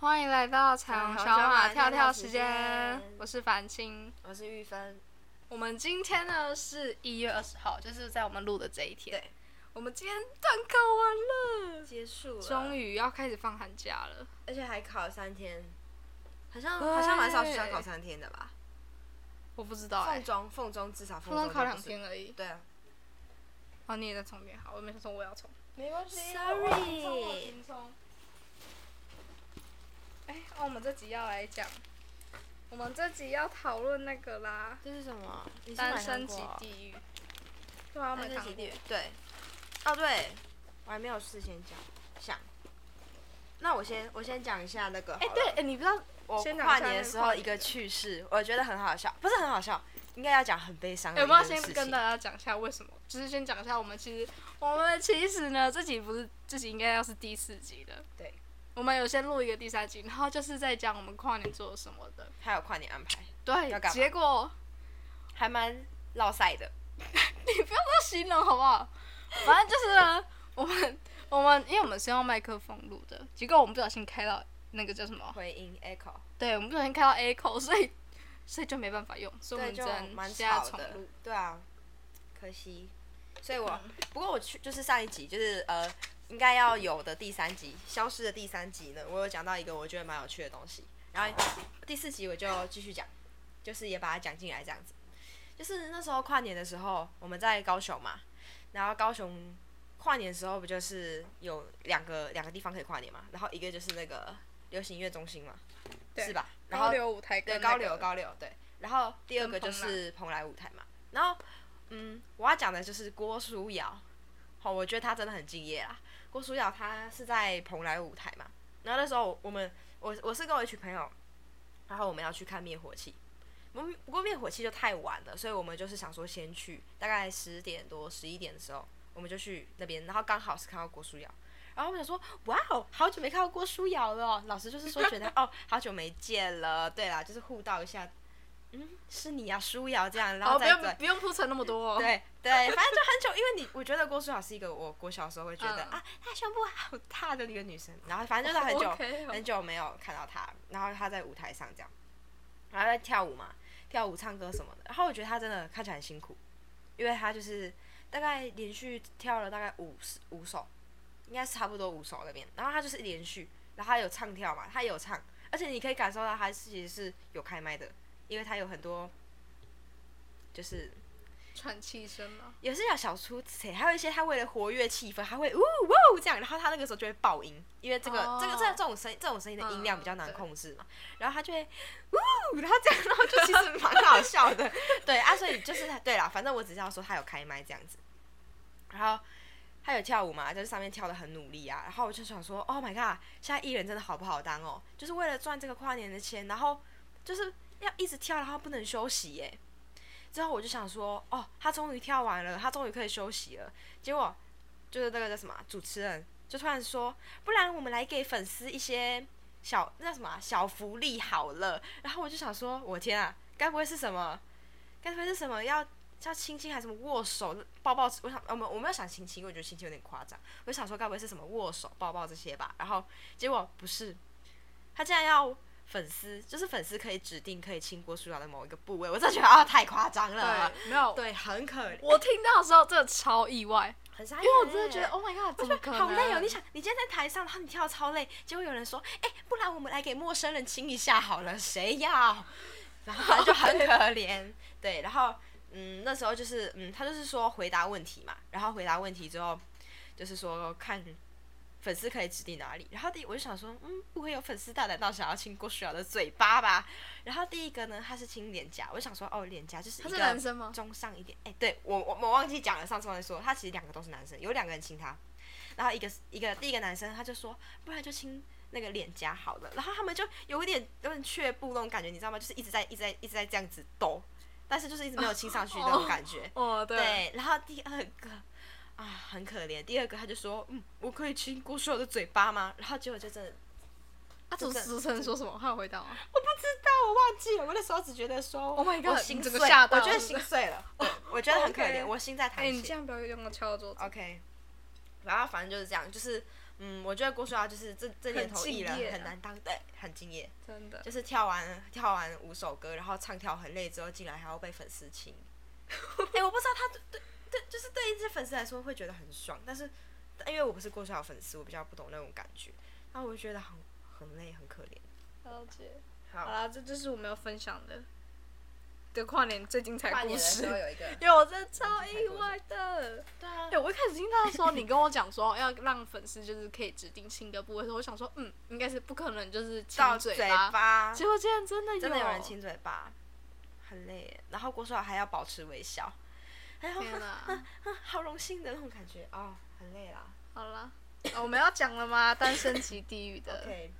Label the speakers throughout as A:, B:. A: 欢迎来到彩虹小马跳跳时间
B: 时间，
A: 我是凡青。
B: 我是玉芬，
A: 我们今天呢是一月二十号，就是在我们录的这一天。
B: 对，
A: 我们今天段考完了，
B: 结束了，
A: 终
B: 于，
A: 于要开始放寒假了。
B: 而且还考三天，好像
A: 对
B: 好像蛮少学校考三天的吧？
A: 我不知道哎、
B: 凤中凤中至少
A: 初
B: 凤
A: 中
B: 中
A: 考
B: 就
A: 两
B: 不是，
A: 天而已。
B: 对啊，
A: 哦，你也在充电，好，我没想说我也要充。
B: 没关
A: Sorry
B: ，sorry，
A: 哎、那我们这集要来讲，我们这集要讨论那个啦，
B: 这是什么？你是
A: 单
B: 买
A: 身
B: 糖
A: 级
B: 果啊
A: 地狱。对啊，我
B: 单
A: 没
B: 身
A: 看
B: 级
A: 过
B: 地狱，对，哦对，我还没有事先讲，想，那我先我先讲一下那个，
A: 哎、对，哎、，你不知道
B: 我
A: 先讲
B: 跨
A: 一下
B: 年
A: 那
B: 的
A: 个
B: 时
A: 跨
B: 候
A: 年
B: 一个趣事，我觉得很好笑，不是很好笑，应该要讲很悲伤的
A: 有
B: 一
A: 没有
B: 件事
A: 先
B: 情。
A: 跟大家讲一下为什么？就是先讲一下我们其实我们其实呢，这集不是这集应该要是第四集的，
B: 对，
A: 我们有先录一个第三集，然后就是在讲我们跨年做了什么的，
B: 还有跨年安排，
A: 对
B: 要，干嘛
A: 结果
B: 还蛮绕赛的。
A: 你不要再形容好不好？反正就是呢，我们我们因为我们是用麦克风录的，结果我们不小心开到那个叫什么？
B: 回音 echo，
A: 对，我们不小心开到 A 口，所以所以就没办法用，所以我
B: 对，
A: 们只
B: 就
A: 能
B: 蛮
A: 现在
B: 吵
A: 重
B: 的
A: 录。，嗯
B: 对啊，可惜。所以我、不过我去就是上一集就是呃应该要有的第三集消失的第三集呢，我有讲到一个我觉得蛮有趣的东西，然后第四集我就继续讲，就是也把它讲进来这样子。就是那时候跨年的时候，我们在高雄嘛，然后高雄跨年的时候不就是有两个两个地方可以跨年嘛，然后一个就是那个流行音乐中心嘛，
A: 对
B: 是吧？然后
A: 高流舞台跟
B: 对，
A: 那
B: 高流
A: 个哦
B: 高流对。然后第二个
A: 跟
B: 就
A: 蓬莱
B: 是蓬莱舞台嘛。然后，嗯，我要讲的就是郭书瑶，好、我觉得她真的很敬业啦。啊郭书瑶她是在蓬莱舞台嘛，然后那时候我们我我是跟我一群朋友，然后我们要去看灭火器。我们不过灭火器就太晚了，所以我们就是想说先去，大概十点多十一点的时候，我们就去那边，然后刚好是看到郭书瑶，然后我想说，哇哦，好久没看到郭书瑶了哦。老师就是说 觉得哦，好久没见了。对啦，就是互道一下，嗯，是你呀、书瑶这样，然后
A: 哦，不
B: 再
A: 用
B: 对
A: 不用铺陈那么多、哦。
B: 对对，反正就很久，因为你我觉得郭书瑶是一个我国小时候会觉得、
A: 嗯
B: 啊，她胸部好大的一个女生，然后反正就是很 久
A: OK，好
B: 很久没有看到她，然后她在舞台上这样，然后在跳舞嘛，跳舞唱歌什么的，然后我觉得她真的看起来很辛苦，因为她就是大概连续跳了大概五十五首，应该是差不多五首那边，然后她就是连续，然后她有唱跳嘛，她有唱，而且你可以感受到她其实是有开麦的，因为她有很多就是
A: 喘气声嘛，
B: 也是要小出彩，还有一些他为了活跃气氛，他会呜呜这样，然后他那个时候就会爆音，因为这个、
A: 哦
B: 这个这这种声这种声音的音量比较
A: 嗯
B: 难
A: 对
B: 控制嘛，然后他就会呜，然后这样，然后就其实蛮好笑的， 对啊，所以就是对啦，反正我只是要说他有开麦这样子，然后他有跳舞嘛，就是上面跳的很努力啊，然后我就想说，Oh my god，现在艺人真的好不好当哦，就是为了赚这个跨年的钱，然后就是要一直跳，然后不能休息耶。之后我就想说，哦，他终于跳完了，他终于可以休息了。结果就是那个叫什么啊主持人就突然说，不然我们来给粉丝一些小那什么啊小福利好了。然后我就想说，我天啊，该不会是什么？该不会是什么要要亲亲还是什么握手抱抱？我想我们我没有想亲亲，因为我觉得亲亲有点夸张。我就想说，该不会是什么握手抱抱这些吧？然后结果不是，他竟然要。粉丝就是粉丝可以指定可以亲郭书瑶的某一个部位，我真的觉得啊太夸张了，
A: 对，没有。
B: 对，很可怜，
A: 我听到的时候真的超意外，
B: 很傻
A: 因
B: 眼
A: 为我真的 觉得
B: 欸
A: ，Oh my god，
B: 我
A: 怎
B: 觉
A: 么
B: 得
A: 可
B: 好累哦！
A: 能
B: 你想，你今天在台上，然后你跳得超累，结果有人说：“哎、不然我们来给陌生人亲一下好了，谁要？”然后反正就很可怜。对，然后嗯，那时候就是嗯，他就是说回答问题嘛，然后回答问题之后，就是说看粉丝可以指定哪里。然后第一我就想说，嗯，不会有粉丝大胆到想要亲郭书瑶的嘴巴吧？然后第一个呢，他是亲脸颊，我就想说，哦，脸颊就是一
A: 他
B: 个
A: 是男生吗？
B: 中上一点。哎、对我我我忘记讲了，上次忘记说，他其实两个都是男生，有两个人亲他，然后一个是一个第一个男生他就说，不然就亲那个脸颊好了，然后他们就有一点有点却步那种感觉，你知道吗？就是一直在一直在一直在这样子抖，但是就是一直没有亲上去那种感觉。
A: 哦，对，
B: 对，然后第二个啊，很可怜。第二个他就说，嗯，我可以亲郭秀的嘴巴吗？然后结果就真的
A: 他主
B: 这个
A: 主持人说什么？他有回答吗？
B: 我不知道，我忘记了。我那时候只觉得说
A: Oh my god，
B: 我心
A: 你整
B: 碎，
A: 个吓到
B: 我觉得心碎了， 对我觉得很可
A: OK
B: 怜，我心在淌
A: 哎，你
B: 血
A: 这。样不要用到敲到桌子。
B: OK，然后反正就是这样，就是嗯，我觉得郭书瑶就是这这年头
A: 很敬
B: 艺人
A: 业啊
B: 很难当，对，很敬业，
A: 真的，
B: 就是跳完跳完五首歌，然后唱跳很累之后进来还要被粉丝 亲。哎、我不知道他对对对，就是对一只粉丝来说会觉得很爽，但是但因为我不是郭书瑶粉丝，我比较不懂那种感觉，然后我就觉得很很累，很可怜。
A: 了解。
B: 好
A: 好啦，这就是我们要分享的的跨年最精彩
B: 跨
A: 故
B: 年的时
A: 事
B: 候。有一个，
A: 因为我真的超意外的。
B: 对啊
A: 哎、，我一开始听到的时候，你跟我讲说哦要让粉丝就是可以指定新歌部位的时候，我想说，嗯，应该是不可能，就是亲
B: 到
A: 嘴
B: 嘴
A: 巴。
B: 巴，
A: 结果竟然真的有
B: 真的有人亲嘴巴，很累耶。然后郭书瑶还要保持微笑，哎呦，
A: 天哪！
B: 好荣幸的那种感觉哦，很累啦。
A: 好啦、呃我们要讲了 吗？单身级地狱的。哎、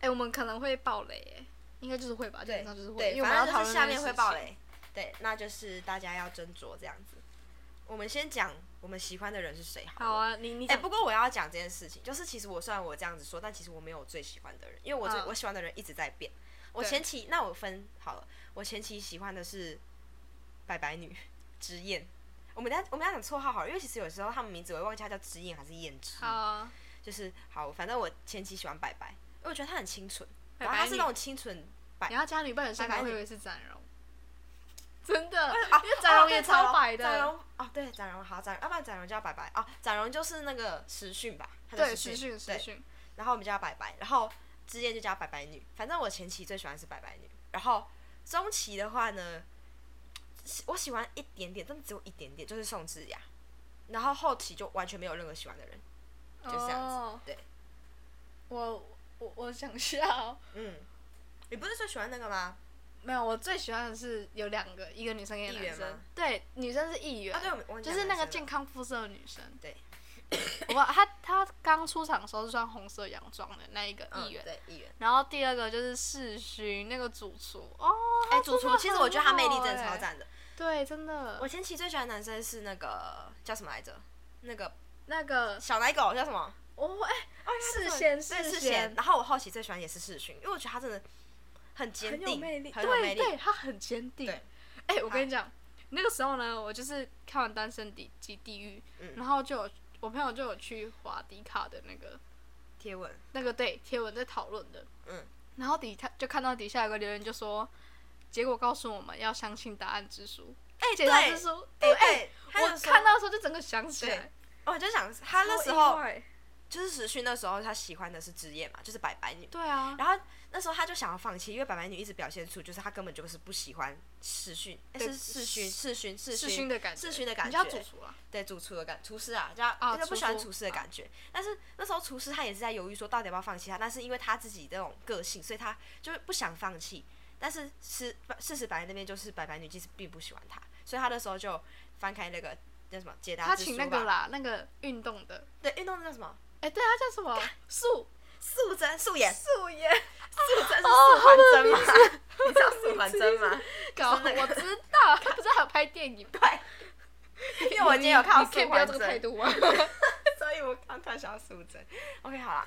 B: OK，
A: 我们可能会爆雷、哎，应该就是会吧，基
B: 对
A: 本上就是会，因为
B: 对，
A: 我们要
B: 反
A: 讨论
B: 正就是
A: 这
B: 下
A: 件
B: 面会
A: 事
B: 爆
A: 情。
B: 雷，对，那就是大家要斟酌这样子。我们先讲我们喜欢的人是谁好了。
A: 好啊，你你
B: 哎、
A: 讲、
B: 不过我要讲这件事情，就是其实我虽然我这样子说，但其实我没有最喜欢的人，因为我最、
A: 嗯
B: 我喜欢的人一直在变。我
A: 对
B: 前期那我分好了，我前期喜欢的是白白女知燕，我们等下我们要讲绰号好了，因为其实有时候他们名字我会忘记他叫知燕还是燕之，
A: 好啊，
B: 就是好，反正我前期喜欢白白，因为我觉得她很清纯，
A: 拜
B: 然后她
A: 拜
B: 是
A: 你
B: 那。种清纯白
A: 你要加女扮的身
B: 拜
A: 材，
B: 拜
A: 我以
B: 你
A: 为是展荣。真的，
B: 啊
A: 因为展荣
B: 对
A: 也超白
B: 展
A: 的。
B: 荣哦，对，展荣好，展荣，要不然展荣叫白白哦，展荣就是那个时讯吧，他叫
A: 对，
B: 时
A: 实
B: 讯
A: 训
B: 对
A: 实训。
B: 然后我们叫白白，然后之前就叫白白女。反正我前期最喜欢是白白女，然后中期的话呢，喜我喜欢一点点，真的只有一点点，就是宋智雅。然后后期就完全没有任何喜欢的人，就
A: 哦，
B: 是这样子。对，
A: 我我我想 笑，
B: 嗯，你不是最喜欢那个吗？
A: 没有，我最喜欢的是有两个，一个女生，一个
B: 议
A: 男
B: 员
A: 生
B: 吗。
A: 对，女生是议员，
B: 啊，对，我们忘
A: 就
B: 记讲
A: 是那
B: 男
A: 个
B: 生
A: 健康肤色的女生。
B: 对，
A: 我她她刚出场的时候是穿红色洋装的那一个
B: 了
A: 议员。
B: 嗯、对议员。
A: 然后第二个就是世勋那个主厨哦，
B: 哎、主厨，其实我觉得他魅力真的
A: 很好
B: 超
A: 哎
B: 赞的。
A: 对，真的，
B: 我前期最喜欢的男生是那个叫什么来着？那个
A: 那个
B: 小奶狗叫什么？
A: 哦哎，世
B: 贤
A: 贤
B: 世
A: 世
B: 贤，
A: 贤
B: 然后我后期最喜欢也是世勋，因为我觉得他真的很坚
A: 很
B: 定，
A: 有魅力，
B: 很有
A: 对
B: 魅力。
A: 对，他很坚定
B: 对。
A: 哎、我跟你讲，那个时候呢，我就是看完《单身地及地狱》
B: 嗯
A: 然后就有我朋友就有去滑迪卡的那个
B: 贴文，
A: 那个对贴文在讨论的，
B: 嗯，
A: 然后底他就看到底下有个留言就说，结果告诉我们要相信答案之书，哎、解答之书，
B: 哎、
A: 哎、
B: 对，他
A: 我
B: 那时候
A: 看，到的时候就整个想起
B: 对
A: 来，
B: 我就想他那
A: 超
B: 时
A: 意
B: 候
A: 外
B: 就是时勋那时候他喜欢的是职业嘛，就是白白女，
A: 对啊，
B: 然后那时候他就想要放弃，因为白白女一直表现出就是他根本就是不喜欢世勋，哎、
A: 对
B: 是世勋，世勋，世
A: 世勋
B: 勋，
A: 的感觉，
B: 世勋的感
A: 你叫
B: 觉
A: 主厨啊，
B: 对，主厨的感，厨师啊，叫
A: 啊
B: 就不喜欢
A: 厨
B: 厨
A: 师
B: 师的感觉。但是那时候厨师他也是在犹豫说到底要不要放弃他，但是因为他自己这种个性，所以他就是不想放弃。但是事事实摆在那边，就是白白女其实并不喜欢他，所以他那时候就翻开那个叫什么解答
A: 他
B: 之
A: 请
B: 书
A: 那个
B: 吧，
A: 啦，那个运动的，
B: 对，运动那叫什么
A: 哎、对，他叫什么素
B: 素贞素颜，
A: 素哦颜。
B: 素贞是素还真吗？ 你知道素还真吗？
A: 搞，
B: 就是那
A: 我知道，他不是还有拍电影？
B: 对，因为我今天有看到
A: 你可以
B: 素
A: 不要
B: 还
A: 这个态
B: 真，
A: 度吗？
B: 所以我刚突然想到素贞。OK，好 啦，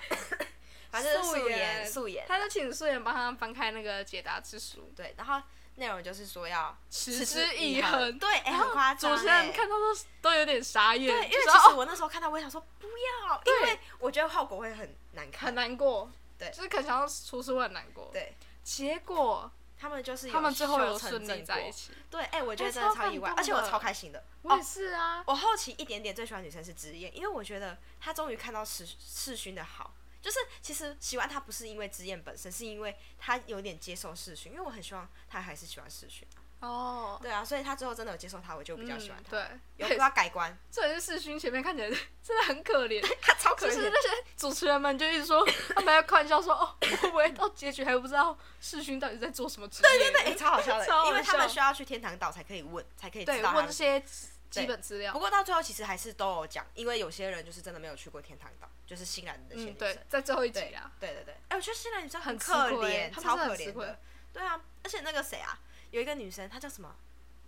B: 反正就是
A: 素
B: 素
A: 颜
B: 颜素颜。
A: 他就请素颜帮他翻开那个解答之书，
B: 对，然后内容就是说要
A: 持之以恒。
B: 对，哎、很夸张、
A: 主
B: 欸。
A: 持人看到都都有点傻眼，
B: 对，因为
A: 就说
B: 其实
A: 哦
B: 我那时候看到，我也想说不要，
A: 对
B: 因为我觉得后果会很难看。
A: 很难过，
B: 对
A: 就是可能想要出师会很难过。，
B: 对，
A: 结果
B: 他们就是有
A: 他们最后有
B: 修成
A: 顺利
B: 正
A: 在
B: 果
A: 一。起。
B: 对，哎、我觉
A: 哎
B: 得真的
A: 超
B: 超意外，
A: 感动
B: 而且我
A: 的
B: 超开心的。
A: 我
B: 哦
A: 也，是啊，
B: 我后期一点点最喜欢女生是知燕，因为我觉得她终于看到世世勋的好。就是其实喜欢她不是因为知燕本身，是因为她有点接受世勋，因为我很希望她还是喜欢世勋。
A: 哦，
B: 对啊，所以她最后真的有接受他，我就比较喜欢他。
A: 嗯
B: 有
A: 对，
B: 对她改观，
A: 这也是世勋前面看起来 真的很可怜，
B: 她超可
A: 就
B: 怜
A: 是 那些主持人们就一直 说，他们在开玩笑说，哦，我会不会到结局还不知道世勋到底在做什么职业？
B: 对对对，欸超好笑 的，
A: 超好笑
B: 因为他们需要去天堂岛才可以问，才可以知
A: 对，
B: 道他
A: 问这
B: 们。
A: 些基基本资料
B: 不。过到最后其实还是都有讲，因为有些人就是真的没有去过天堂岛，就是新来的那
A: 嗯，
B: 些女生。
A: 对，在最后一集啊啦。
B: 对对对，哎、我觉得新来的女生
A: 很吃
B: 可
A: 亏
B: 怜，
A: 她们
B: 超
A: 真的
B: 可
A: 很吃
B: 怜
A: 亏
B: 的。对啊，而且那个谁啊，有一个女生，她叫什么？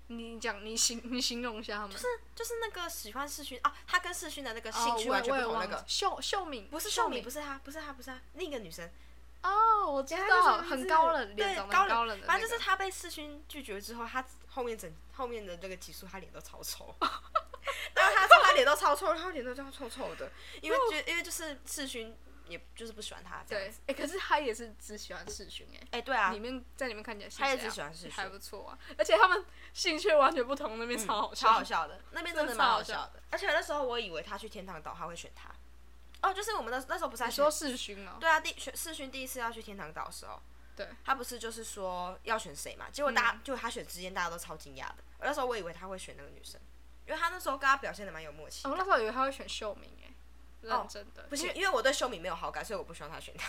A: 你讲，你形你形容一下他们。
B: 就是就是那个喜欢世勋啊，她跟世勋的那个兴
A: 哦
B: 趣
A: 我
B: 完
A: 也
B: 全
A: 我
B: 不
A: 也
B: 同。那
A: 忘
B: 个、
A: 了。秀秀敏
B: 不是秀敏，不
A: 是
B: 是她，不是她，不是她，另一个女生。
A: 哦，我知道，很高冷，
B: 对
A: 脸长，得
B: 高
A: 很高冷的那个。
B: 反正就是她被 世勋拒绝之后，她后面整后面的这个集数，她脸都超丑。然后她说她他脸都超臭，他脸都这样臭臭的，因为就因为就是世勋，也就是不喜欢他这
A: 对
B: 样子。，
A: 哎，可是他也是只喜欢世勋哎。
B: 哎、对啊
A: 里，面在里面看起来，
B: 他也只喜欢世勋
A: 还不错啊。而且他们兴趣完全不同，那边
B: 嗯
A: 超好
B: 超
A: 笑
B: 好。笑的，那边
A: 真
B: 真
A: 的
B: 的蛮
A: 超
B: 好
A: 好
B: 笑
A: 笑
B: 的。而且那时候我以为他去天堂岛他会选他，哦，就是我们那那时候不是在
A: 你
B: 选
A: 说世勋吗？
B: 对啊，第选世勋第一次要去天堂岛的时候，
A: 对，嗯
B: 他不是就是说要选谁嘛？结果大家、就他选之间，大家都超惊讶的。我那时候我以为他会选那个女生，因为他那时候跟他表现的蛮有默契。
A: 我哦那时候以为他会选秀敏哎，
B: 哦
A: 认真的。
B: 不是
A: 因为
B: 因为我对秀敏没有好感，所以我不希望他选他。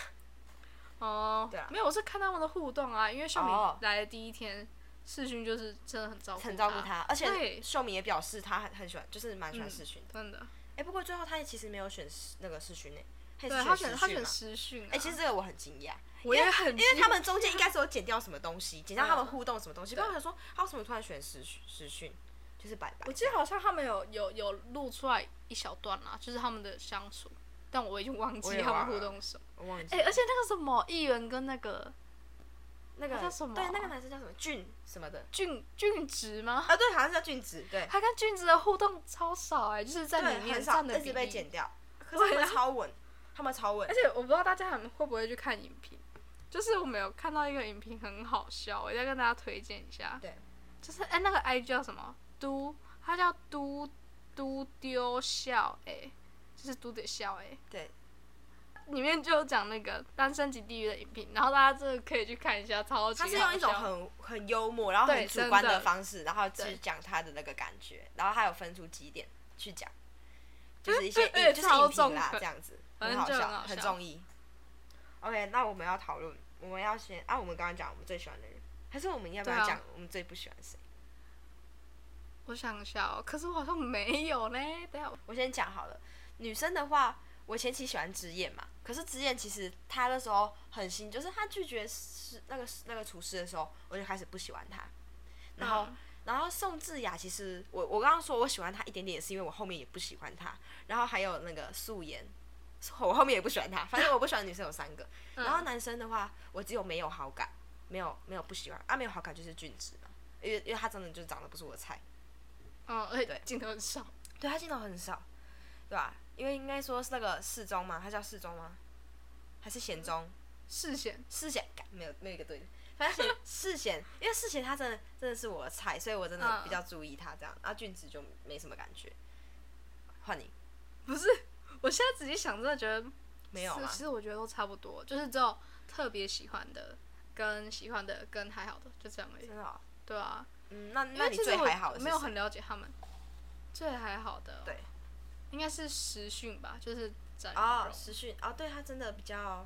A: 哦，
B: 对啊
A: 没有，我是看他们的互动啊，因为秀敏
B: 哦
A: 来的第一天，世勋就是真的很照顾，
B: 很照顾，他，而且
A: 哦啊对
B: 秀敏也表示他很很喜欢，就是蛮喜欢
A: 嗯
B: 世勋的。
A: 真的。
B: 哎、不过最后他也其实没有选世那个世勋呢、欸，
A: 对他
B: 他也是
A: 选
B: 世
A: 他
B: 勋
A: 选
B: 嘛。
A: 实训啊，
B: 哎、其实这个我很惊讶，
A: 我也很
B: 因为他们中间应该是有剪掉什么东西，剪掉他们
A: 嗯
B: 互动什么东西。不
A: 对
B: 然我想说，他为什么突然选时时讯，就是白白
A: 我。记得好像他们有有有录出来一小段啦，就是他们的相处，但我已经忘
B: 我
A: 记
B: 也
A: 他
B: 忘
A: 们
B: 了
A: 互动什么。
B: 我忘记
A: 哎、
B: 了。
A: 而且那个什么议员跟那个
B: 那个
A: 他叫什么啊
B: 对，那个男生叫什么？俊什么的
A: 俊俊植吗？
B: 啊？对，好像是叫俊子，对，
A: 他跟俊植的互动超少哎、就是在
B: 对，
A: 里面
B: 很少
A: 占的
B: 一
A: 比
B: 直被
A: 例。
B: 剪掉。可是他
A: 对
B: 们
A: 啊
B: 超稳，他们超稳
A: 而。且我不知道大家还会不会去看影评，就是我们有看到一个影评很好笑，我再跟大家推荐一下。
B: 对，
A: 就是哎、那个 I 叫什么？嘟，他叫嘟嘟丢笑哎、就是嘟的笑哎、
B: 对，
A: 里面就有讲那个《单身级地狱》的影评，然后大家真的可以去看一下，超级
B: 他
A: 好
B: 是
A: 笑
B: 用一种很很幽默，然后很
A: 对
B: 主
A: 真
B: 观
A: 的
B: 的方式，然后去
A: 对
B: 讲他的那个感觉，然后还有分出几点去讲，就
A: 对
B: 是一些
A: 嗯对
B: 影
A: 对
B: 就是
A: 超
B: 影评
A: 中
B: 啦，
A: 肯
B: 这样子，
A: 反正
B: 好
A: 就很
B: 笑，
A: 好
B: 很
A: 笑
B: 中意。OK，那我们要讨论，我们要先啊，我们刚刚讲我们最喜欢的人，还是我们要不
A: 对
B: 要
A: 啊
B: 讲我们最不喜欢谁？
A: 我想一下哦，可是我好像没有呢。等一下我，
B: 我先讲好了，女生的话，我前期喜欢之燕嘛，可是之燕其实她那时候很新，就是她拒绝是那个那个厨师的时候，我就开始不喜欢她。然后，
A: 嗯
B: 然后宋智雅其实我我刚刚说我喜欢她一点点，是因为我后面也不喜欢她。然后还有那个素颜， 我后面也不喜欢她。反正我不喜欢的女生有三个，
A: 嗯
B: 然后男生的话，我只有没有好感，没有没有不喜欢啊，没有好感就是俊植嘛，因为因为他真的就长得不是我的菜。
A: 嗯，而
B: 对
A: 且镜头很少，
B: 对他镜头很少，对吧、因为应该说是那个世宗嘛，他叫世宗吗？还是贤宗？
A: 视线
B: 世贤，干没有没有一个对的，反正贤世贤，因为世贤他真的真的是我的菜，所以我真的
A: 嗯
B: 比较注意他这样。啊，俊子就没什么感觉。换你，
A: 不是。我现在仔细想，真的觉得
B: 没有
A: 是
B: 吗？
A: 其实我觉得都差不多，就是只有特别喜欢的跟喜欢的跟还好的就这样而已
B: 真。的、哦，
A: 对啊，
B: 嗯，那
A: 因
B: 那
A: 为
B: 你
A: 其实
B: 最
A: 我
B: 还好的是
A: 没有
B: 谁
A: 很了解他们。最还好的哦、
B: 对
A: 应该是实训吧，就是展
B: 哦，
A: 荣
B: 时讯哦，对他真的比较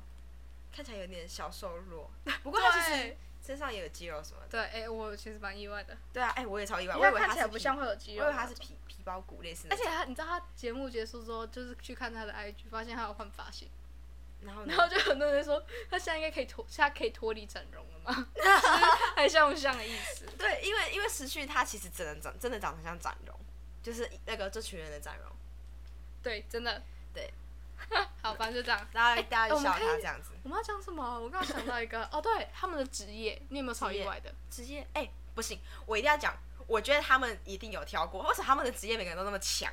B: 看起来有点小瘦弱，不过他其实
A: 对
B: 身上也有肌肉什么的。
A: 对，哎、我其实蛮意外的，
B: 对啊，哎、我也超意外，
A: 因
B: 我以
A: 为
B: 为
A: 看
B: 他
A: 起
B: 是
A: 来
B: 皮
A: 不像，会有肌
B: 我
A: 肉啊
B: 以
A: 那种，
B: 为他是嗯皮皮包骨类似那
A: 而
B: 种。
A: 且他，你知道他节目结束之后，就是去看他的 IG，发现他有换发型，
B: 然后呢
A: 然后就很多人说他现在应该可以脱，现在可以脱离整容了 吗？就是还像不像的意思？
B: 对，因为因为时序他其实真的长真的长得像展荣，就是那个这群人的展荣，
A: 对，真的
B: 对，
A: 好，反正就这样。
B: 然后大家就
A: 哎我们
B: 笑
A: 可以
B: 他这样子，
A: 我们要讲什么？我刚刚想到一 个，哦，对，他们的职业，你有没有超
B: 职业
A: 意外的？
B: 职业哎、不行，我一定要讲，我觉得他们一定有挑过，或者他们的职业每个人都那么强，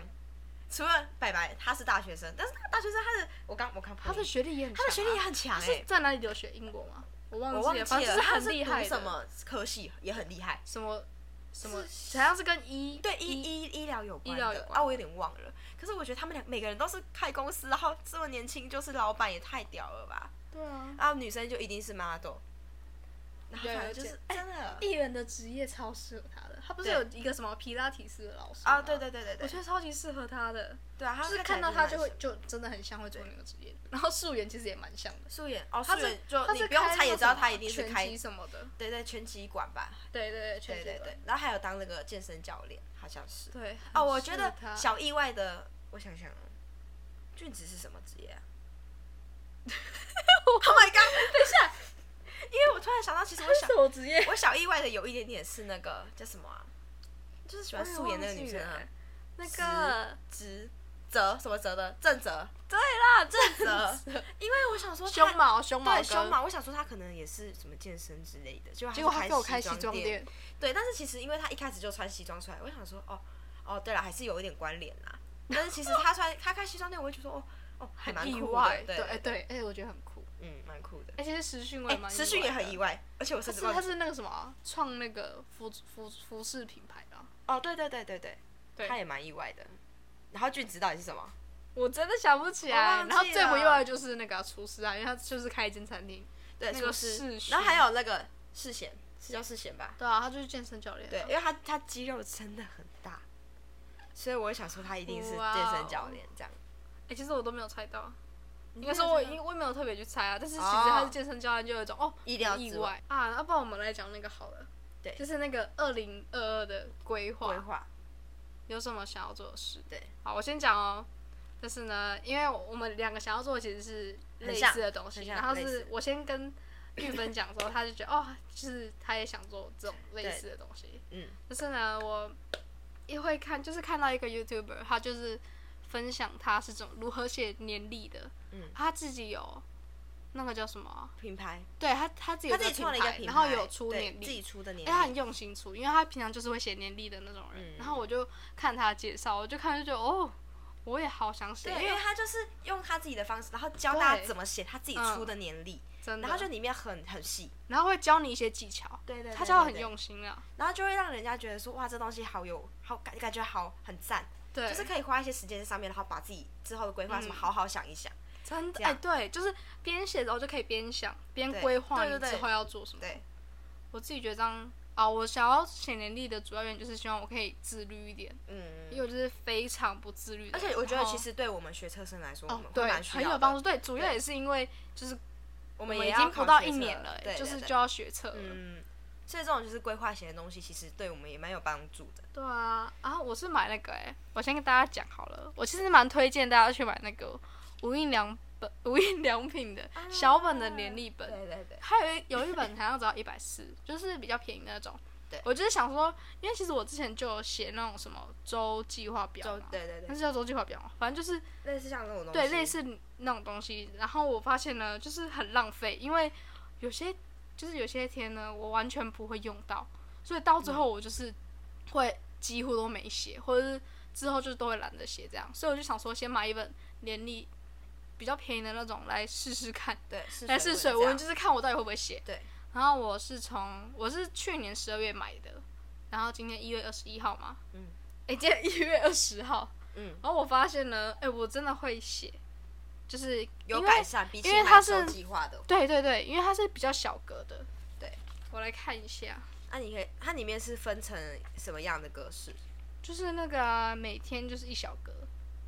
B: 除了白白他是大学生，但是他大学生他的我刚我刚
A: 他的学历也很强
B: 他
A: 啊、
B: 的学历也很强哎、
A: 是在哪里留学？英国吗？我忘
B: 我
A: 记
B: 忘
A: 了，
B: 记
A: 反
B: 了，
A: 正就是
B: 他
A: 很厉害
B: 读
A: 的
B: 什么科系也很厉害，
A: 什么什么，
B: 是
A: 好像是跟医
B: 对医医医疗有
A: 医
B: 关
A: 疗
B: 的
A: 有关
B: 啊，我有点忘了。可是我觉得他们俩每个人都是开公司，然后这么年轻就是老板，也太屌了吧！
A: 对啊，
B: 然后女生就一定是 model，然后
A: 有
B: 反正
A: 有
B: 就是
A: 见
B: 真的
A: 艺人的职业超适合他的，他不是
B: 对
A: 有一个什么皮拉提斯的老师
B: 啊，
A: 吗
B: 对对对对
A: 我
B: 对
A: 觉，得超级适合他的，
B: 对啊，他
A: 就是看
B: 看起来
A: 到他
B: 是
A: 就
B: 蛮
A: 会
B: 神
A: 就真的很像会做那个职业的。然后素颜其实也蛮像的，
B: 素颜哦，素
A: 他是
B: 颜就
A: 他
B: 你
A: 是
B: 不用
A: 开
B: 猜也
A: 那
B: 知道
A: 种
B: 他一定是
A: 拳
B: 开
A: 击什么的，
B: 对对拳击馆吧，
A: 对对对，拳
B: 对
A: 击
B: 对对
A: 馆，
B: 然后还有当那个健身教练，好像是
A: 对。
B: 哦，
A: 很
B: 我
A: 适
B: 觉
A: 合
B: 得
A: 他
B: 小意外的，我想想哦，俊子是什么职业啊？Oh my god！等一下，因为我突然想到，其实我
A: 他 是
B: 小
A: 什么职业？
B: 我小意外的有一点点是那个叫什么啊？就是喜欢素颜那个女生啊，
A: 那
B: 直
A: 个
B: 直泽什么泽的正泽
A: 对啦，
B: 泽，因为我想说他
A: 胸毛胸毛
B: 对
A: 跟
B: 胸，毛，我想说他可能也是什么健身之类的，结果
A: 结果他给我开
B: 西
A: 西装
B: 店，
A: 店，
B: 对，但是其实因为他一开始就穿西装出来，我想说哦哦对了，还是有一点关联啦，但是其实他穿他开西装店，我会觉得说哦哦，还蛮
A: 意
B: 酷的
A: 外，
B: 对
A: 对对，而且我觉得很酷。
B: 嗯，蛮酷的。
A: 而且是实训我也
B: 哎，
A: 蛮，
B: 时讯也很意。外，而且我
A: 他
B: 甚
A: 是
B: 至
A: 他
B: 忘记
A: 是那个什么啊创、那个服服服饰品牌的啊、
B: 哦，对对对对对，
A: 对
B: 他也蛮意外的。然后俊子到底是什么？
A: 我真的想不起
B: 我
A: 来。
B: 忘记
A: 然后最不
B: 了
A: 意外的就是那个啊、厨师啊，因为他就是开一间餐厅。
B: 对，
A: 那个
B: 厨
A: 世
B: 师，
A: 勋
B: 然后还有那个世贤，是叫世贤吧？
A: 对啊，他就是健身教练、
B: 对，因，为他他肌肉真的很大，所以我想说他一定是
A: 哇
B: 健
A: 哦
B: 身教练这样。
A: 哎、其实我都没有猜到。应
B: 应
A: 该说我因我也没有特别去猜啊，但是其实他是健身教练，就有一种哦
B: 意料
A: 意
B: 之
A: 外啊。要不然我们来讲那个好了，
B: 对
A: 就是那个二零二二的规
B: 规
A: 划，
B: 划，
A: 有什么想要做的事？
B: 对，
A: 好，我先讲哦。就是呢，因为我们两个想要做的其实是类
B: 很像
A: 似的东西，
B: 很像
A: 然后
B: 类
A: 是
B: 似
A: 我先跟玉芬讲的时候，他就觉得哦，就是他也想做这种类
B: 对
A: 似的东西。
B: 嗯，
A: 就是呢，我也会看，就是看到一个 YouTuber，他就是分享他是怎么如何写年历的。
B: 嗯
A: 他自己有那个叫什么啊、
B: 品牌，
A: 对他他自己有
B: 他自己创了一个
A: 个
B: 品牌，
A: 然后有出
B: 对
A: 年
B: 自己
A: 历，
B: 出的
A: 哎、
B: 年
A: 他
B: 历，
A: 很用心出，因为他平常就是会写年历的那种人。
B: 嗯
A: 然后我就看他介绍，我就看就觉得哦，我也好想写，
B: 对，因
A: 因
B: 为
A: 为
B: 他就是用他自己的方式，然后教大家
A: 对
B: 怎么写他自己
A: 嗯
B: 出的年历，
A: 真的，
B: 然后就里面很很细，
A: 然后会教你一些技巧，
B: 对对
A: 他教的很，用心啊。
B: 然后就会让人家觉得说哇，这东西好有好感，感觉好很赞，
A: 对，
B: 就是可以花一些时间在上面，然后把自己之后的规划什
A: 嗯
B: 么好好想一想，
A: 真的
B: 这
A: 哎、
B: 样
A: 对，就是边写的时候就可以边想边
B: 对
A: 规划
B: 对
A: 你
B: 对对
A: 之后要做什么。
B: 对，
A: 我自己觉得这样啊，我想要写年历的主要原因就是希望我可以自律一点，
B: 嗯
A: 因为我就是非常不自律的
B: 而
A: 人。
B: 且我觉得
A: 然后
B: 其实对我们学车生来说，我
A: 哦
B: 们，会
A: 对，
B: 蛮需
A: 很
B: 要
A: 有
B: 的
A: 帮助。对，主要
B: 对
A: 也是因为就是
B: 我
A: 我
B: 们
A: 们
B: 也
A: 已
B: 要
A: 经
B: 考
A: 不到
B: 学
A: 一
B: 测
A: 年
B: 了
A: 了，欸
B: 对，
A: 就是
B: 对
A: 就要学车了。
B: 嗯，所以这种就是规划型的东西，其实对我们也蛮有帮助的。
A: 对啊，啊，我是买那个哎、我先跟大家讲好了，我其实蛮推荐大家去买那个无印良本、 无印良品的小本的年历本。
B: 啊对对，
A: 还有一有一本好像只要一百 四，就是比较便宜那种。
B: 对
A: 我就是想说，因为其实我之前就有写那种什么周计划表
B: 周
A: 嘛，
B: 对对
A: 那
B: 对，
A: 是叫周计划表嘛，反正就是
B: 类似像这种东西，
A: 嗯对类似那种东西。然后我发现呢，就是很浪费，因为有些就是有些天呢，我完全不会用到，所以到
B: 嗯
A: 最后我就是会几乎都没写，或者是之后就都会懒得写这样。所以我就想说，先买一本年历比较便宜的那种来试试看。
B: 对试
A: 来试水
B: 这
A: 温，
B: 样
A: 就是看我到底会不会写。
B: 对。
A: 然后我是从我是去年十二月买的，然后今天一月二十一号嘛，
B: 嗯，
A: 哎，今天一月二十号，
B: 嗯，
A: 然后我发现呢，哎，我真的会写，就是
B: 有
A: 因为
B: 改善，比起
A: 因为
B: 买
A: 它
B: 周
A: 是
B: 计划的，哦
A: 对对对，因为它是比较小格的。
B: 对，
A: 我来看一下，
B: 那你可以，它里面是分成什么样的格式？
A: 就是那个啊、每天就是一小格，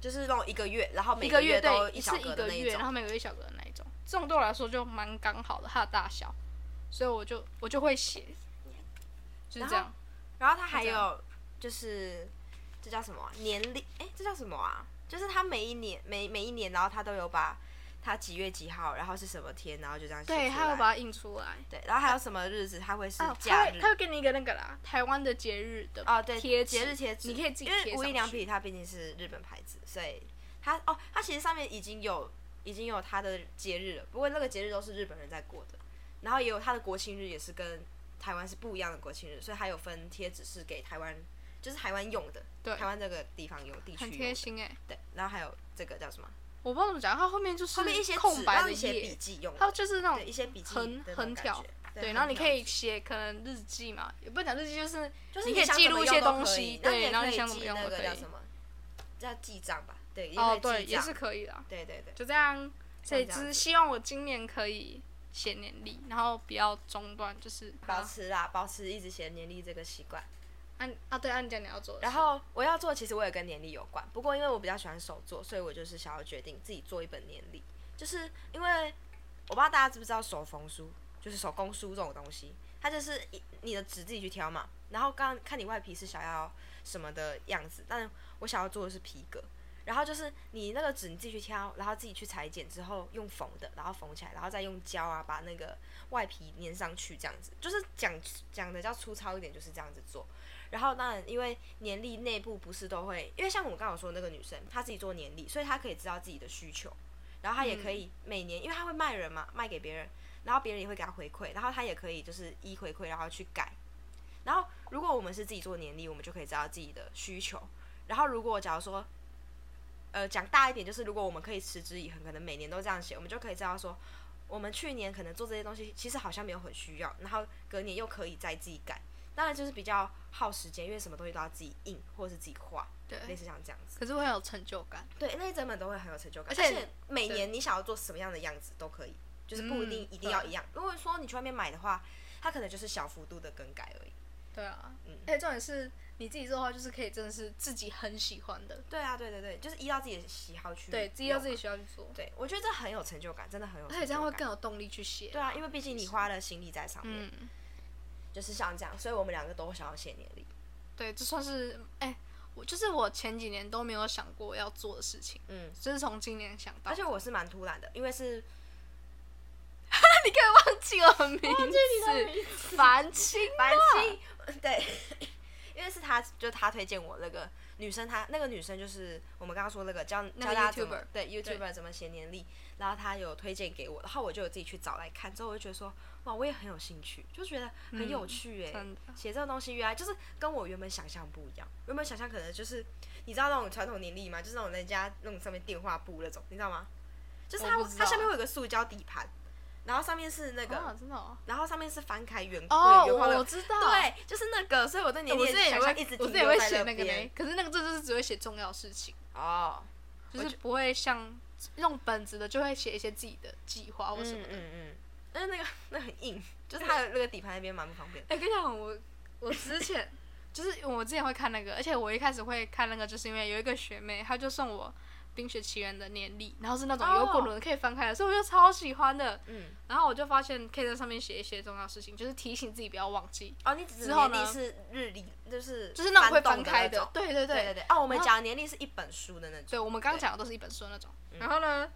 B: 就是弄一个月，然后每
A: 一个
B: 月都
A: 对，
B: 一小
A: 是一
B: 格
A: 个
B: 的那
A: 月，然
B: 种，
A: 后每个月一小格的那一种，这种对我来说就蛮刚好的，它的大小，所以我就我就会写，就是
B: 然
A: 这
B: 后
A: 样。
B: 然后它还
A: 这样
B: 有就是这叫什么啊年历？哎，这叫什么啊？就是它每一年每每一年，然后它都有把它几月几号，然后是什么天，然后就这样写
A: 对，
B: 出
A: 它
B: 来
A: 有把它印出来。
B: 对，然后还有什么日子它会是
A: 哦，
B: 假
A: 他
B: 日
A: 会？他会给你一个那个啦，台湾的节日的
B: 哦，对，
A: 贴
B: 节日
A: 纸
B: 贴纸，
A: 你可以自己
B: 因
A: 贴
B: 为无
A: 上
B: 印良
A: 去
B: 品它毕竟是日本牌子，所以它哦，它其实上面已经有已经有它的节日了，不过那个节日都是日本人在过的，然后也有它的国庆日也是跟台湾是不一样的国庆日，所以它有分贴纸是给台湾，就是台湾用的，
A: 对
B: 台湾这个地方有地区
A: 很
B: 用
A: 贴
B: 的，
A: 心哎、
B: 对，然后还有这个叫什么？
A: 我不知道怎么讲，它后面就是
B: 后面一些
A: 嗯空
B: 纸
A: 白
B: 让
A: 的
B: 你写笔
A: 页，
B: 记用
A: 它
B: 的，
A: 就是那
B: 对
A: 种
B: 一些笔记
A: 横
B: 的那种
A: 横
B: 感
A: 条
B: 觉，
A: 对，
B: 横
A: 然后你
B: 条
A: 可以写可能日记嘛，也不能讲日记，就是
B: 就是
A: 你
B: 你
A: 可以
B: 想
A: 记
B: 怎么
A: 录一
B: 用
A: 些
B: 都
A: 东
B: 可
A: 西
B: 以
A: 对然后
B: 你
A: 你
B: 也
A: 想
B: 可
A: 怎
B: 以
A: 么
B: 记
A: 用
B: 那
A: 都
B: 个
A: 可
B: 叫
A: 以
B: 什么？叫记账吧，对，也
A: 哦
B: 可以
A: 对，
B: 记
A: 也
B: 账
A: 是可以啦，
B: 对对对，
A: 就这样。所以就
B: 这样
A: 是
B: 子
A: 希望我今年可以写年历，然后不要中断，就是
B: 保
A: 啊
B: 持啦，保持一直写年历这个习惯。
A: 按啊对，按你讲你要做的事，
B: 然后我要做，其实我也跟年历有关，不过因为我比较喜欢手做，所以我就是想要决定自己做一本年历，就是因为我不知道大家知不知道手缝书，就是手工书这种东西，它就是一你的纸自己去挑嘛，然后刚看你外皮是想要什么的样子，但我想要做的是皮革。然后就是你那个纸你自己去挑，然后自己去裁剪之后用缝的，然后缝起来，然后再用胶啊把那个外皮粘上去，这样子就是讲讲的较粗糙一点，就是这样子做。然后当然，因为年历内部不是都会，因为像我刚刚说的那个女生，她自己做年历，所以她可以知道自己的需求，然后她也可以每年，因为她会卖人嘛，卖给别人，然后别人也会给她回馈，然后她也可以就是依回馈然后去改。然后如果我们是自己做年历，我们就可以知道自己的需求。然后如果假如说呃讲大一点，就是如果我们可以持之以恒，可能每年都这样写，我们就可以知道说，我们去年可能做这些东西其实好像没有很需要，然后隔年又可以再自己改。当然就是比较耗时间，因为什么东西都要自己印或者是自己画，类
A: 对，
B: 似像这样子。
A: 可是会很有成就感。
B: 哎对，那一整本都会很有成就感，
A: 而
B: 而
A: 且
B: 且每年你想要做什么样的样子都可以，就是不一定、
A: 嗯
B: 一定要一样。如果说你去外面买的话，它可能就是小幅度的更改而已。
A: 对啊，
B: 嗯
A: 而且重点是你自己做的话，就是可以真的是自己很喜欢的，
B: 对啊，对对对，就是依照自己的喜好去。
A: 对，自己要自己。喜欢去做，
B: 嗯啊对，我觉得这很有成就感，真的很有
A: 而
B: 成就
A: 且
B: 感。
A: 这样会更有动力去写。
B: 对啊，因为毕竟你花了心力在上面，
A: 嗯，
B: 就是像这样，所以我们两个都想要写年历。
A: 对，这算是哎、我就是我前几年都没有想过要做的事情，
B: 嗯，
A: 就是从今年想到。
B: 而且我是蛮突然的，因为是
A: 你可以忘记我的名字，
B: 名
A: 樊青。
B: 白青，对， 因为是他，就是他推荐我那个女生她，那个女生就是我们刚刚说那个教
A: 那
B: 教
A: 个
B: 大家怎
A: YouTuber
B: 么对 YouTuber 怎么写年历，然后她有推荐给我，然后我就有自己去找来看，之后我就觉得说，哇，我也很有兴趣，就觉得很有趣哎、
A: 真的
B: 写这个东西原来就是跟我原本想象不一样，原本想象可能就是你知道那种传统年历吗？就是那种人家那种上面电话簿那种，你知道吗？就是它
A: 我不知道
B: 它下面会有一个塑胶底盘，然后上面是那个，
A: 啊，真的哦。
B: 然后上面是翻开圆规，
A: 哦，
B: 圆框的
A: 我知道。
B: 对，就是那个，所以我对年
A: 我
B: 龄
A: 之前也
B: 想
A: 会
B: 象一直
A: 我
B: 停
A: 之前也
B: 留
A: 会
B: 在
A: 写
B: 那
A: 那个呢
B: 边。，
A: 可是那个真的是只会写重要事情，
B: 哦，
A: 就
B: 我
A: 是不会像用本子的，就会写一些自己的计划或什么
B: 嗯
A: 的。
B: 嗯嗯，但是那个那很硬，就是它的那个底盘那边蛮不方便。
A: 哎、跟你讲，我我之前就是我之前会看那个，而且我一开始会看那个，就是因为有一个学妹，她就送我《冰雪奇缘》的年历，然后是那种
B: 哦
A: 有滚轮可以翻开的所以我就超喜欢的。
B: 嗯，
A: 然后我就发现可以在上面写一些重要事情，就是提醒自己不要忘记，
B: 哦，你只是
A: 之后
B: 年
A: 呢
B: 历是日历，就是
A: 就是那种会翻
B: 翻动
A: 开
B: 的
A: 的
B: 那种。。
A: 对对
B: 对
A: 对
B: 对对，哦，我们
A: 然后
B: 讲的年历是一本书的那种。
A: 对，我们刚刚
B: 对
A: 讲的都是一本书的那种。然后呢，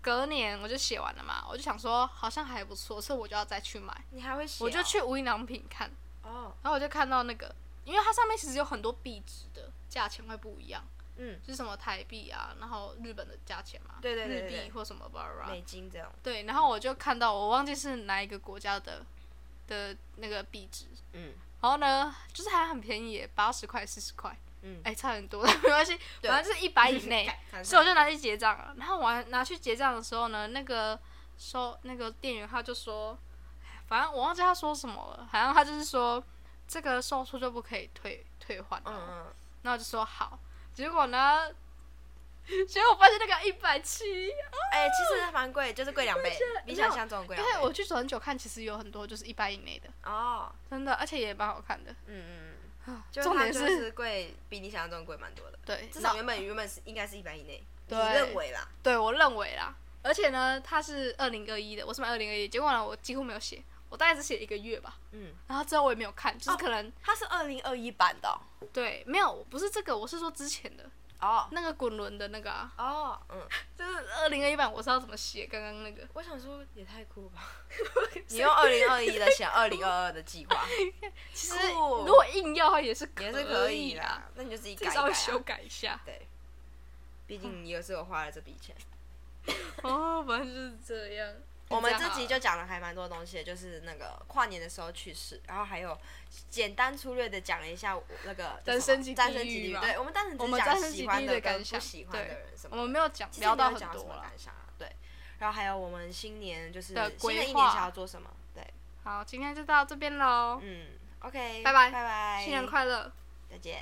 A: 隔年我就写完了嘛，我就想说好像还不错，所以我就要再去买，
B: 你还会写哦？
A: 我就去无印良品看，
B: 哦，
A: 然后我就看到那个，因为它上面其实有很多币值的，价钱会不一样，
B: 嗯，
A: 就是什么台币啊，然后日本的价钱嘛，
B: 对对对对
A: 日币
B: 对
A: 或什么吧吧，
B: 美金这种。
A: 对，然后我就看到我忘记是哪一个国家的的那个币值，
B: 嗯，
A: 然后呢，就是还很便宜耶，八十块、四十块，
B: 嗯
A: 哎、差很多， 但没关系，
B: 对，
A: 反正就是一百以内
B: 看嗯
A: 所以我就拿去结账了。然后我还拿去结账的时候呢，那个收那个店员他就说，哎反正我忘记他说什么了，好像他就是说这个售出就不可以退退换了。
B: 嗯嗯，
A: 然后我就说好，结果呢， 结果我发现那个一百七，
B: 哎，其实蛮贵，就是贵两倍，比
A: 没有
B: 想象中贵
A: 因
B: 两倍。
A: 为我去走很久看，其实有很多就是一百以内的，
B: 哦，
A: 真的，而且也蛮好看的。
B: 嗯嗯嗯
A: 啊，
B: 就是
A: 重
B: 它
A: 点
B: 就是是贵，比你想象中贵蛮多的。
A: 对，
B: 至
A: 然
B: 少
A: 后
B: 原本原本是应该是一百以内，你
A: 对
B: 认为啦？
A: 对我认为啦。而且呢，它是二零二一的，我是买二零二一，结果呢，我几乎没有写，我大概只写一个月吧。
B: 嗯，
A: 然后之后我也没有看，就是
B: 哦
A: 可能、
B: 它是二零二一版的
A: 对，没有，不是这个，我是说之前的
B: 哦
A: 那个滚轮的那个啊，
B: 哦哦，嗯，
A: 就是二零二一版，我知道怎么写刚刚那个，
B: 我想说也太酷 了吧！你用二零二一的写二零二二的计 划，
A: 其实
B: 酷
A: 如果硬要的话也是
B: 也是
A: 可
B: 可以
A: 啦，
B: 啦。那你就自己
A: 自
B: 改
A: 己
B: 一
A: 稍微
B: 改啊
A: 修改一下。
B: 对，毕竟你也是有花了这笔 钱。
A: 哦，反正就是这样。
B: 我们
A: 这
B: 这
A: 样好
B: 集
A: 了
B: 就讲了还蛮多东西的，就是那个跨年的时候去世，然后还有简单粗略的讲了一下我那个叫
A: 单
B: 什
A: 身
B: 么
A: 级
B: 单
A: 地
B: 身级地
A: 狱
B: 狱。
A: 嘛
B: 对，我们单身
A: 我
B: 只
A: 们
B: 讲
A: 单身
B: 喜
A: 极
B: 欢
A: 地
B: 的
A: 的
B: 跟
A: 感
B: 不
A: 想，
B: 喜欢的
A: 对
B: 人什，
A: 我
B: 么的。
A: 们没有讲聊到很
B: 其实没有讲什
A: 多
B: 么
A: 啦
B: 感。想啊，对。然后还有我们新年就是
A: 的
B: 新的
A: 规
B: 一年
A: 划
B: 想要做什么？对，
A: 好，今天就到这边喽，
B: 嗯，OK，哎
A: 拜拜
B: 拜拜，
A: 新年快乐。
B: 再见。